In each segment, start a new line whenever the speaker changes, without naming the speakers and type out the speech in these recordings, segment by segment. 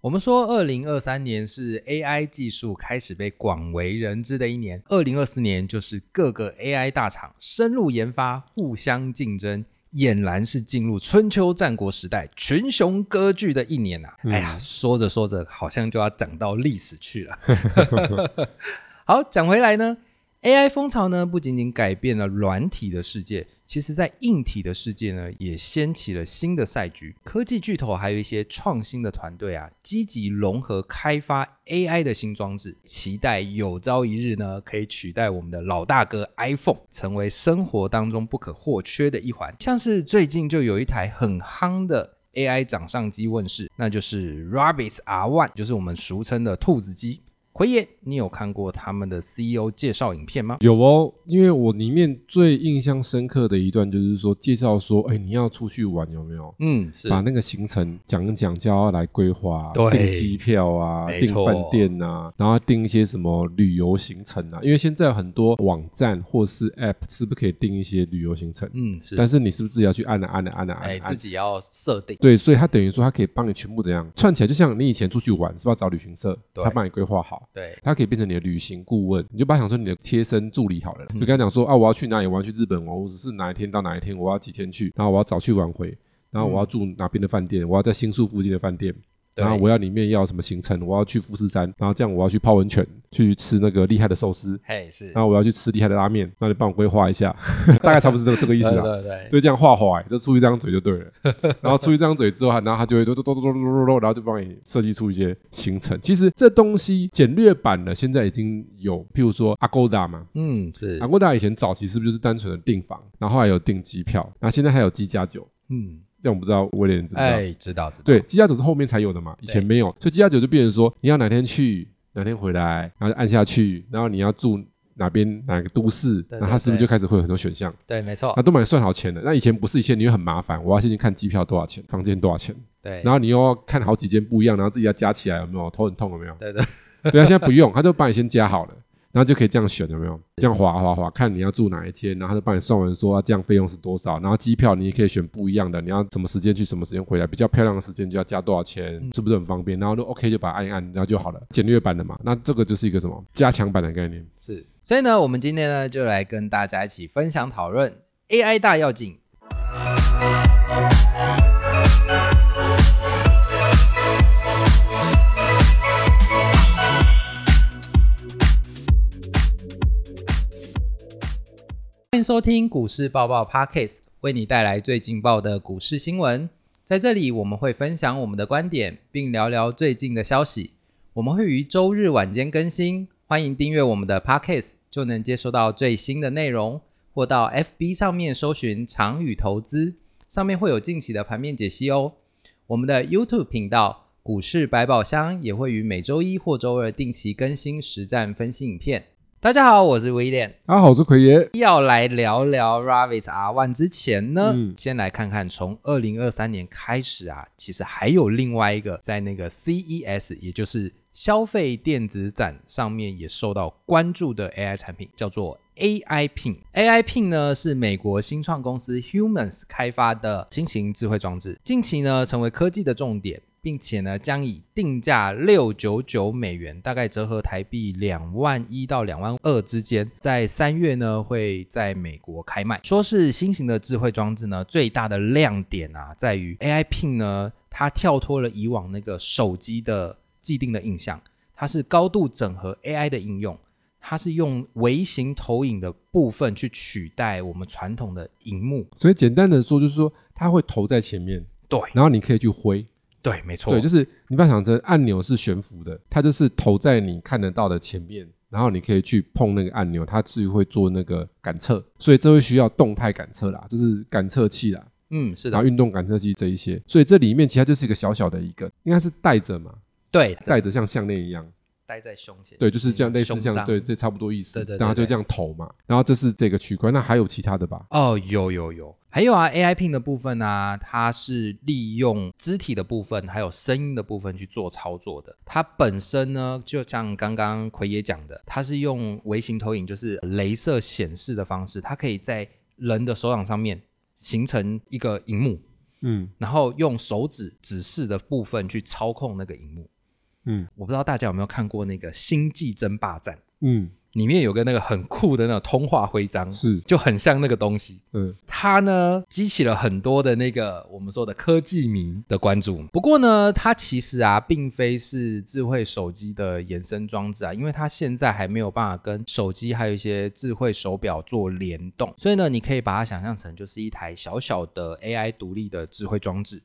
我们说，二零二三年是 AI 技术开始被广为人知的一年，二零二四年就是各个 AI 大厂深入研发、互相竞争，俨然是进入春秋战国时代群雄割据的一年呐、啊！哎呀，说着说着，好像就要讲到历史去了。 好，讲回来呢，AI 风潮呢不仅仅改变了软体的世界，其实在硬体的世界呢也掀起了新的赛局。科技巨头还有一些创新的团队啊，积极融合开发 AI 的新装置，期待有朝一日呢可以取代我们的老大哥 iPhone，成为生活当中不可或缺的一环。像是最近就有一台很夯的。AI 掌上机问世，那就是 Rabbit R1，就是我们俗称的兔子机。奎爷，你有看过他们的 CEO 介绍影片吗？
有哦，因为我里面最印象深刻的一段就是说，介绍说，哎、你要出去玩有没有？
嗯，是
把那个行程讲一讲，叫他来规划、啊
对
订机票啊、
没
订
错
饭店啊，然后订一些什么旅游行程啊。因为现在有很多网站或是 App 是不是可以订一些旅游行程？
嗯是，
但是你是不是自己要去按啊按啊按啊按
哎，自
啊按？
己要设定，
对，所以它等于说它可以帮你全部怎样串起来，就像你以前出去玩是吧？找旅行社，
对
他帮你规划好，
对，
他可以变成你的旅行顾问，你就把他想说你的贴身助理好了，就跟他讲说啊，我要去哪里玩，去日本玩，我只是哪一天到哪一天，我要几天去，然后我要早去晚回，然后我要住哪边的饭店，我要在新宿附近的饭店，
对
然后我要里面要什么行程，我要去富士山，然后这样我要去泡温泉，去吃那个厉害的寿司，
嘿是，
然后我要去吃厉害的拉面，那你帮我规划一下， 大概差不多是这个这个意
对
思啦。
对对，
就这样画画、欸，就出一张嘴就对了。 然后出一张嘴之后，然后他就会嘟嘟嘟嘟嘟嘟嘟嘟，然后就帮你设计出一些行程。其实这东西简略版的现在已经有，譬如说 Agoda 嘛
嗯是，
，Agoda 以前早期是不是就是单纯的订房，然后还有订机票，然后现在还有机加酒，
嗯，
这样我不知道威廉知不知道？
哎，知道知道，
对，机加酒是后面才有的嘛，以前
对
没有，所以机加酒就变成说你要哪天去，哪天回来，然后就按下去，然后你要住哪边哪个都市，
对
然后它是不是
对
就开始会有很多选项？
对，没错
那，都帮你算好钱的。那以前不是，以前你会很麻烦，我要先去看机票多少钱，房间多少钱，
对，？
然后你又要看好几间不一样，然后自己要加起来，有没有头很痛？有没有
对对
对啊，现在不用，他就帮你先 加好了，然后就可以这样选，有没有？这样划划划，看你要住哪一天，然后他就帮你算完说、啊、这样费用是多少，然后机票你也可以选不一样的，你要什么时间去，什么时间回来，比较漂亮的时间就要加多少钱，
嗯
是不是很方便？然后就 OK 就把它按一按，然后就好了，简略版的嘛。那这个就是一个什么加强版的概念。
是，所以呢，我们今天呢就来跟大家一起分享讨论 AI 大要进。欢迎收听股市爆爆 Podcast，为你带来最劲爆的股市新闻。在这里，我们会分享我们的观点，并聊聊最近的消息。我们会于周日晚间更新，欢迎订阅我们的 Podcast，就能接收到最新的内容，或到 FB 上面搜寻“长宇投资”，上面会有近期的盘面解析哦。我们的 YouTube 频道“股市百宝箱”也会于每周一或周二定期更新实战分析影片。大家好，我是威廉。
大家好，我是奎爷。
要来聊聊 Rabbit R One 之前呢，
嗯
先来看看从二零二三年开始啊，其实还有另外一个在那个 CES，也就是消费电子展上面也受到关注的 AI 产品，叫做 AI Pin。AI Pin 呢是美国新创公司 Humans 开发的新型智慧装置，近期呢成为科技的重点。并且呢，将以定价六九九美元，大概折合台币两万一到两万二之间，在三月呢会在美国开卖。说是新型的智慧装置呢，最大的亮点啊，在于 AI Pin 呢，它跳脱了以往那个手机的既定的印象，它是高度整合 AI 的应用。它是用微型投影的部分去取代我们传统的荧幕，
所以简单的说，就是说它会头在前面，
对
然后你可以去挥。
对，没错，
对，就是你不要想着按钮是悬浮的，它就是投在你看得到的前面，然后你可以去碰那个按钮，它至于会做那个感测，所以这会需要动态感测啦，就是感测器啦，
嗯，是
然后
的，
运动感测器这一些，所以这里面其实它就是一个小小的一个，应该是戴着嘛，
对，
戴着像项链一样，
戴在胸前，嗯
对，就是这样类似
胸
这样，
章
对，这差不多意思，
对对对
然后就
对
这样投嘛，然后这是这个区块，那还有其他的吧？
哦，有有有，还有啊，AI Pin 的部分啊，它是利用肢体的部分还有声音的部分去做操作的。它本身呢，就像刚刚奎爷讲的，它是用微型投影，就是镭射显示的方式，它可以在人的手掌上面形成一个荧幕，
嗯
然后用手指指示的部分去操控那个荧幕。
嗯
我不知道大家有没有看过那个《星际争霸战》，
嗯，
里面有个那个很酷的那种通话徽章，
是，
就很像那个东西。
嗯
它呢激起了很多的那个我们说的科技迷的关注。不过呢，它其实啊，并非是智慧手机的衍生装置啊，因为它现在还没有办法跟手机还有一些智慧手表做联动，所以呢，你可以把它想象成就是一台小小的 AI 独立的智慧装置。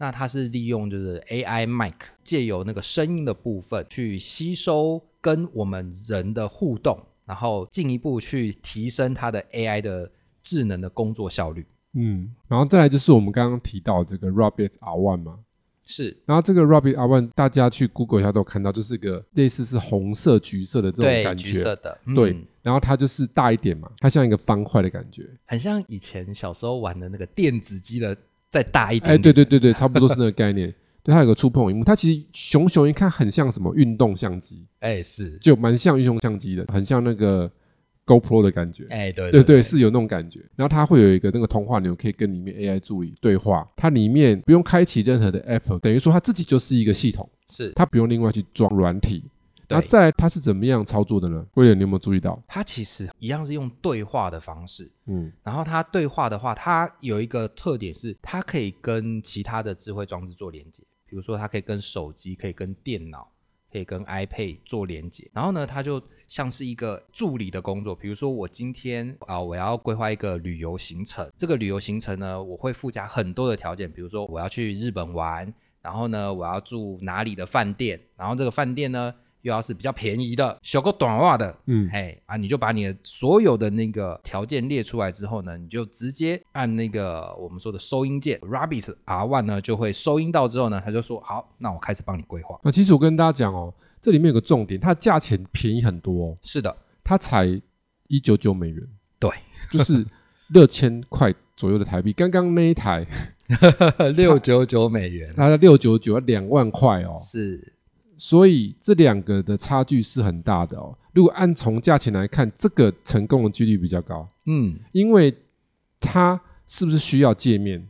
那它是利用就是 AI mic 借由那个声音的部分去吸收跟我们人的互动，然后进一步去提升它的 AI 的智能的工作效率。
嗯，然后再来就是我们刚刚提到这个 Rabbit R One 嘛，
是
然后这个 Rabbit R One 大家去 Google 一下都有看到，就是个类似是红色、橘色的这种
对
感
橘
觉，
色的，嗯
对，然后它就是大一点嘛，它像一个方块的感觉，
很像以前小时候玩的那个电子机的再大一点。
哎，对，对对对，差不多是那个概念。 对，它有个触碰荧幕，它其实熊熊一看很像什么运动相机，
哎是，
就蛮像运动相机的，很像那个 GoPro 的感觉。
哎对
对
对
对，，是有那种感觉。然后它会有一个那个通话钮，可以跟里面 AI 助理对话。它里面不用开启任何的 app，等于说它自己就是一个系统，
是
它不用另外去装软体。然后
对
再来，它是怎么样操作的呢？威廉，你有没有注意到？
它其实一样是用对话的方式，
嗯，
然后它对话的话，它有一个特点是，它可以跟其他的智慧装置做连接，比如说它可以跟手机，可以跟电脑，可以跟 iPad 做连接。然后呢，它就像是一个助理的工作，比如说我今天啊、我要规划一个旅游行程，这个旅游行程呢，我会附加很多的条件，比如说我要去日本玩，然后呢，我要住哪里的饭店，然后这个饭店呢。又要是比较便宜的，小个短袜的，
嗯
嘿啊，你就把你的所有的那个条件列出来之后呢，你就直接按那个我们说的收音键，Rabbit R One 呢就会收音到之后呢，他就说好，那我开始帮你规划。
那其实我跟大家讲哦，这里面有个重点，它的价钱便宜很多、哦，
是的，
它才一九九美元，
对，
就是六千块左右的台币。刚刚那一台，
六九九美元
它六九九，两万块哦，
是
所以这两个的差距是很大的哦。如果按从价钱来看，这个成功的几率比较高，
嗯
因为它是不是需要界面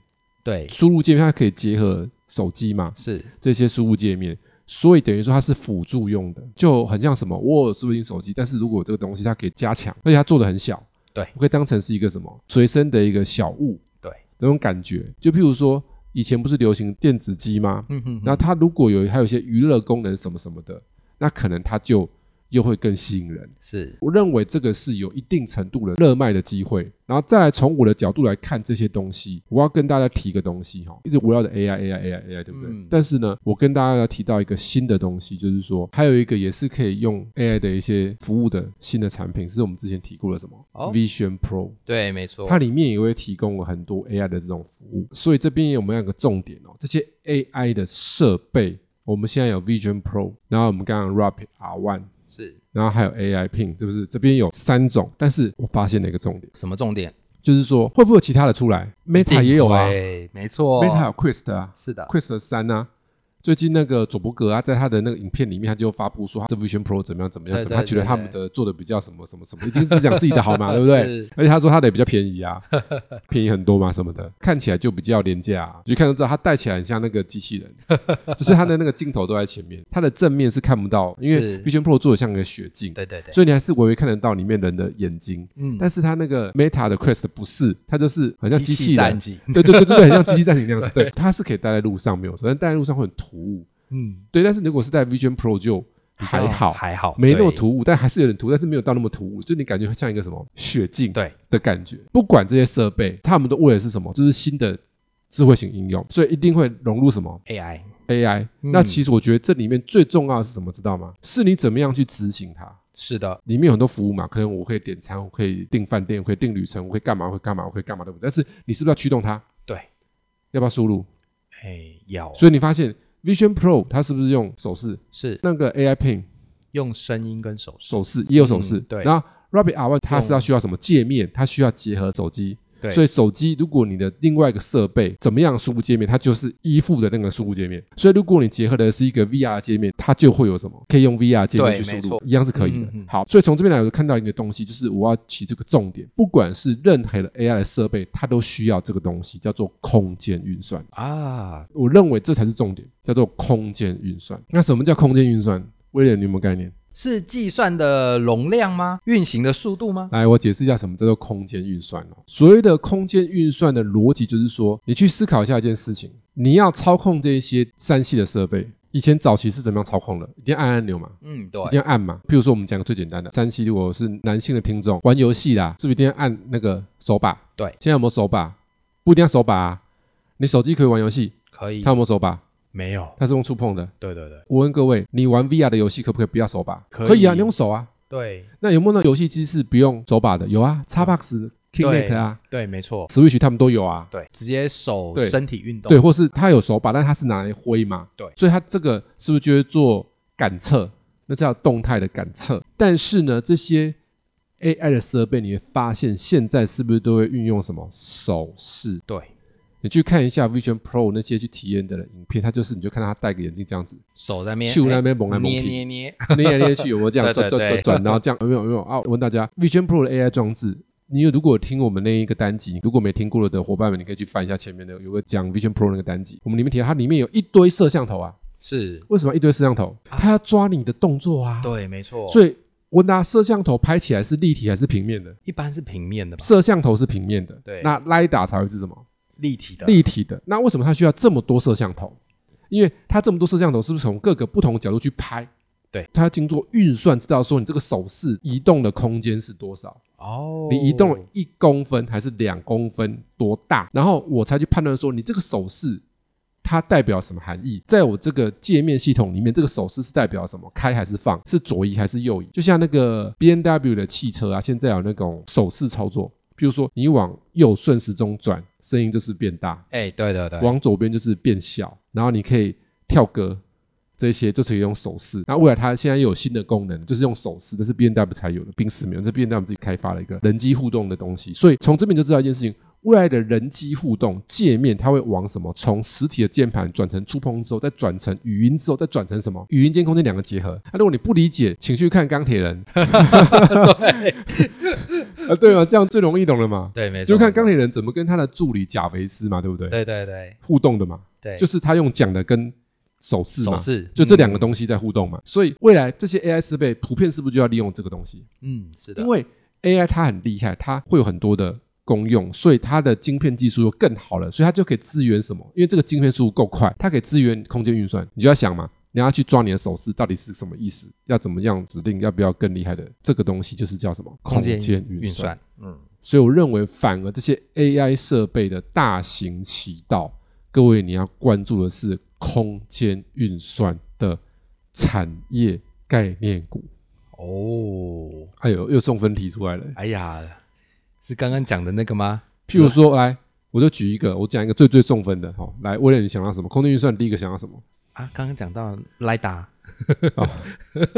对
输入界面，它可以结合手机嘛
是
这些输入界面，所以等于说它是辅助用的，就很像什么我有输入手机，但是如果这个东西它可以加强，而且它做的很小，
对
我可以当成是一个什么随身的一个小物，
对
那种感觉。就譬如说以前不是流行电子机吗？
嗯哼
那它如果有还有一些娱乐功能什么什么的，那可能它就又会更吸引人。
是
我认为这个是有一定程度的热卖的机会。然后再来从我的角度来看这些东西，我要跟大家提一个东西哈，一直围绕着 AI AI AI AI，对不对？
嗯
但是呢，我跟大家要提到一个新的东西，就是说还有一个也是可以用 AI 的一些服务的新的产品，是我们之前提过的什么、
哦
Vision Pro。
对，没错，
它里面也会提供了很多 AI 的这种服务，所以这边我们要有个重点哦，这些 AI 的设备，我们现在有 Vision Pro，然后我们刚刚 Rapid R One，
是
然后还有 AI Pin，是不是？这边有三种，但是我发现了一个重点，
什么重点？
就是说会不会有其他的出来？Meta 也有
定
啊
哦
，Meta
位，没错
有 Quest 啊
是的，
，Quest 三啊。最近那个佐伯格啊，在他的那个影片里面，他就发布说他这 Vision Pro 怎么样怎么样
对
怎么样，他
对
觉得
对
他们的做的比较什么什么什么，一定是讲自己的好 嘛，对不对？
是
而且他说他的也比较便宜啊，便宜很多嘛什么的，看起来就比较廉价、啊，就看得知道他戴起来很像那个机器 人，只是他的那个镜头都在前面，他的正面是看不到，因为
是
Vision Pro 做的像个雪镜，
对对对，
所以你还是微微看得到里面人的眼睛。
嗯，
但是他那个 Meta 的 Quest 不是，它就是很像机器
战
人，
绩，
对对 对对对，很像机器战警那样子。对，它是可以戴在路上没有错，但戴在路上会很突兀。
嗯，
对，但是如果是戴 Vision Pro 就还好，
还好，
没那么
对
突兀，但还是有点突兀，但是没有到那么突兀，就你感觉像一个什么雪镜
对
的感觉。不管这些设备，他们都为的是什么？就是新的智慧型应用，所以一定会融入什么
AI
AI。
嗯
那其实我觉得这里面最重要的是什么？知道吗？是你怎么样去执行它。
是的，
里面有很多服务嘛，可能我可以点餐，我可以订饭店，我可以订旅程，我可以干嘛，我可以干嘛，我可以干嘛，对不对？但是你是不是要驱动它？
对，
要不要输入？
哎，要
所以你发现 Vision Pro 它是不是用手势？
是
那个 AI Pin
用声音跟手势，
手势也有手势、
嗯对
然后 Rabbit R One 它是要需要什么界面？它需要结合手机，
对
所以手机如果你的另外一个设备怎么样输入界面，它就是依附的那个输入界面。所以如果你结合的是一个 VR 界面，它就会有什么可以用 VR 界面
对
去
没
输
错
入，一样是可以的。
嗯嗯嗯
好，所以从这边来我看到一个东西，就是我要提这个重点，不管是任何的 AI 的设备，它都需要这个东西叫做空间运算。
啊，
我认为这才是重点，叫做空间运算。那什么叫空间运算？威廉，你有没有概念？
是计算的容量吗？运行的速度吗？
来，我解释一下什么叫做空间运算哦。所谓的空间运算的逻辑，就是说，你去思考一下一件事情，你要操控这一些三系的设备。以前早期是怎么样操控的？一定要按按钮嘛，
嗯，对
一，定要按嘛。譬如说，我们讲个最简单的，三系如果是男性的听众玩游戏啦，是不是一定要按那个手把？
对
现在有没有手把？不一定要手把、啊，你手机可以玩游戏，
可以
它。有没有手把？
没有，
它是用触碰的。
对对对
我问各位，你玩 VR 的游戏可不可以不要手把？
可以
啊，你用手啊。
对
那有没有那游戏机是不用手把的？有啊，Xbox、Kinect 啊
嗯对，没错，
，Switch 他们都有啊。
对，直接手
对
身体运动，
对，或是它有手把，但它是拿来挥嘛。
对
所以它这个是不是就会做感测？那叫动态的感测。但是呢，这些 AI 的设备，你会发现现在是不是都会运用什么手势？
对，
你去看一下 Vision Pro 那些去体验的人影片，它就是你就看到他戴个眼镜这样子，
手在那边
去那边猛来猛
捏
去，
捏捏，
捏来捏去，有没有这样
对
转
对
转
对
转转，然后这样有没有有没有啊？我问大家，Vision Pro 的 AI 装置，你有如果有听我们那一个单集，如果没听过的伙伴们，你可以去翻一下前面的有个讲 Vision Pro 那个单集，我们里面提到它里面有一堆摄像头啊，
是
为什么一堆摄像头？它要抓你的动作
啊
啊，
对，没错，
所以我拿摄像头拍起来是立体还是平面的？
一般是平面的吧，
摄像头是平面的，
对
那 LiDAR 才会是什么？
立体的，
立体的。那为什么它需要这么多摄像头？因为它这么多摄像头是不是从各个不同角度去拍？
对，
它要经过运算，知道说你这个手势移动的空间是多少，
哦，
你移动了一公分还是两公分多大，然后我才去判断说你这个手势它代表什么含义。在我这个界面系统里面，这个手势是代表什么？开还是放？是左移还是右移？就像那个 B N W 的汽车啊，现在有那种手势操作，比如说你往右顺时钟转，声音就是变大。
哎，对对对，
往左边就是变小，然后你可以跳歌，这些就是用手势。那未来它现在又有新的功能，就是用手势，这是 B N W 才有的，宾士没有，这是 B N W 自己开发了一个人机互动的东西。所以从这边就知道一件事情。未来的人机互动界面，它会往什么？从实体的键盘转成触碰之后，再转成语音之后，再转成什么？语音兼空间两个结合。那、如果你不理解，请去看《钢 铁人》啊，对啊，这样最容易懂了嘛？
对，没错，
就看
没错
钢铁人怎么跟他的助理贾维斯嘛，对不对？
对对对
互动的嘛。
对，
就是他用讲的跟手势
手，
嘛
势，
就这两
嗯
个，东西在互动嘛。所以未来这些 AI 设备普遍是不是就要利用这个东西？
嗯，是的
因，为 AI 它很厉害，它会有很多的功用，所以它的晶片技术又更好了，所以它就可以支援什么？因为这个晶片速度够快，它可以支援空间运算。你就要想嘛。你要去抓你的手势到底是什么意思，要怎么样指令，要不要更厉害的这个东西就是叫什么
空间
运
运算，嗯，
所以我认为，反而这些 AI 设备的大行其道，各位你要关注的是空间运算的产业概念股。
哦，
哎呦，又送分题出来了。
哎呀，是刚刚讲的那个吗？
譬如说，来，我就举一个，我讲一个最最送分的。好，来，威廉，你想到什么？空间运算第一个想到 什么？
啊，刚刚讲到莱达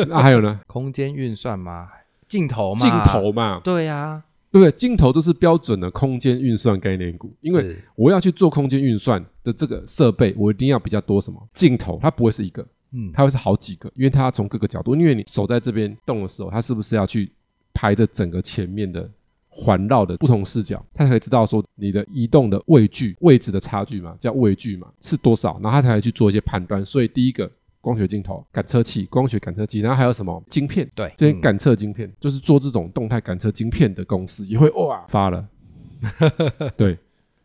那啊还有呢？
空间运算嘛，镜头嘛，
镜，头嘛，
对啊呀，
对不对？镜头都是标准的空间运算概念股，因为
是
我要去做空间运算的这个设备，我一定要比较多什么镜头，它不会是一个。
嗯，
它会是好几个，因为它要从各个角度，因为你手在这边动的时候，它是不是要去拍着整个前面的环绕的不同视角，它才可以知道说你的移动的位距、位置的差距嘛，叫位距嘛是多少，然后它才会去做一些判断。所以第一个。光学镜头、感测器、光学感测器，然后还有什么晶片？
对
这些
嗯
感测晶片、就是做这种动态感测晶片的公司也会哇发了， 对，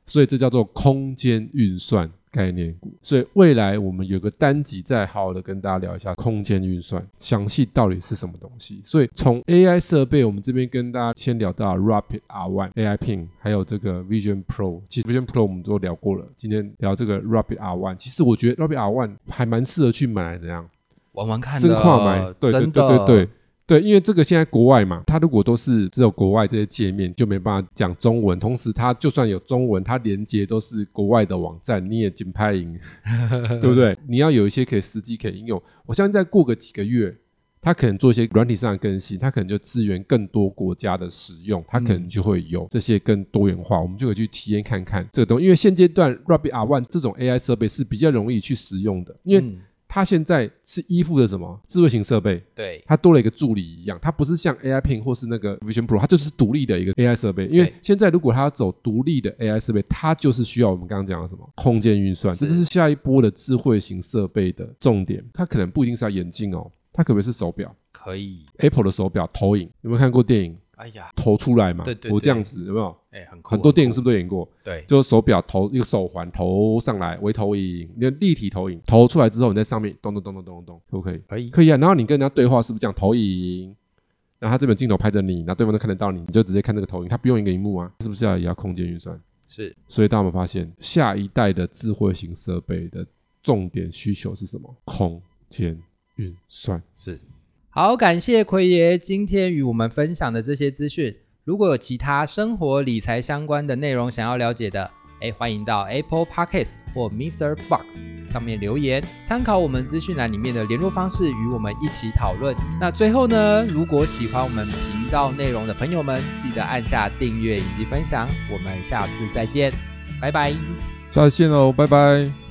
所以这叫做空间运算概念股。所以未来我们有个单集再好好的跟大家聊一下空间运算详细到底是什么东西。所以从 AI 设备，我们这边跟大家先聊到 Rapid R1 AI Pin，还有这个 Vision Pro。其实 Vision Pro 我们都聊过了，今天聊这个 Rapid R1。其实我觉得 Rapid R1 还蛮适合去买啊来怎样。
玩玩看
深
的，
跨买，对对
真
对
的
对对。对，因为这个现在国外嘛，它如果都是只有国外这些界面，就没办法讲中文。同时，它就算有中文，它连接都是国外的网站，你也仅拍 赢，对不对？你要有一些可以实际可以应用。我相信再过个几个月，它可能做一些软体上的更新，它可能就支援更多国家的使用，它可
嗯
能就会有这些更多元化，我们就可以去体验看看这个东西。因为现阶段 Rabbit R One 这种 AI 设备是比较容易去使用的，因为
嗯
它现在是依附的什么智慧型设备，
对，
它多了一个助理一样，它不是像 AI Pin 或是那个 Vision Pro，它就是独立的一个 AI 设备。因为
对
现在如果它要走独立的 AI 设备，它就是需要我们刚刚讲的什么空间运算，
是
这就是下一波的智慧型设备的重点。它可能不一定是要眼镜哦，它可不可以是手表
可以。
？Apple 的手表投影，有没有看过电影
哎呀，
投出来嘛？
对对
我这
对
样子有没有？
哎，很酷
很多电影是
酷
不是都演过？
对，
就是手表投一个手环投上来，微投影，你的立体投影投出来之后，你在上面咚咚咚咚咚咚咚，可不可以？
可以
可以啊。然后你跟人家对话是不是讲投影？然后他这边镜头拍着你，然后对方都看得到你，你就直接看这个投影，他不用一个荧幕啊，是不是要也要空间运算？
是
所以大家有没有发现，下一代的智慧型设备的重点需求是什么？空间运算。
是。好，感谢奎爷今天与我们分享的这些资讯。如果有其他生活理财相关的内容想要了解的，哎，欢迎到 Apple Podcasts 或 Mr. Box 上面留言，参考我们资讯栏里面的联络方式，与我们一起讨论。那最后呢，如果喜欢我们频道内容的朋友们，记得按下订阅以及分享。我们下次再见，拜拜。
下次见喽，拜拜。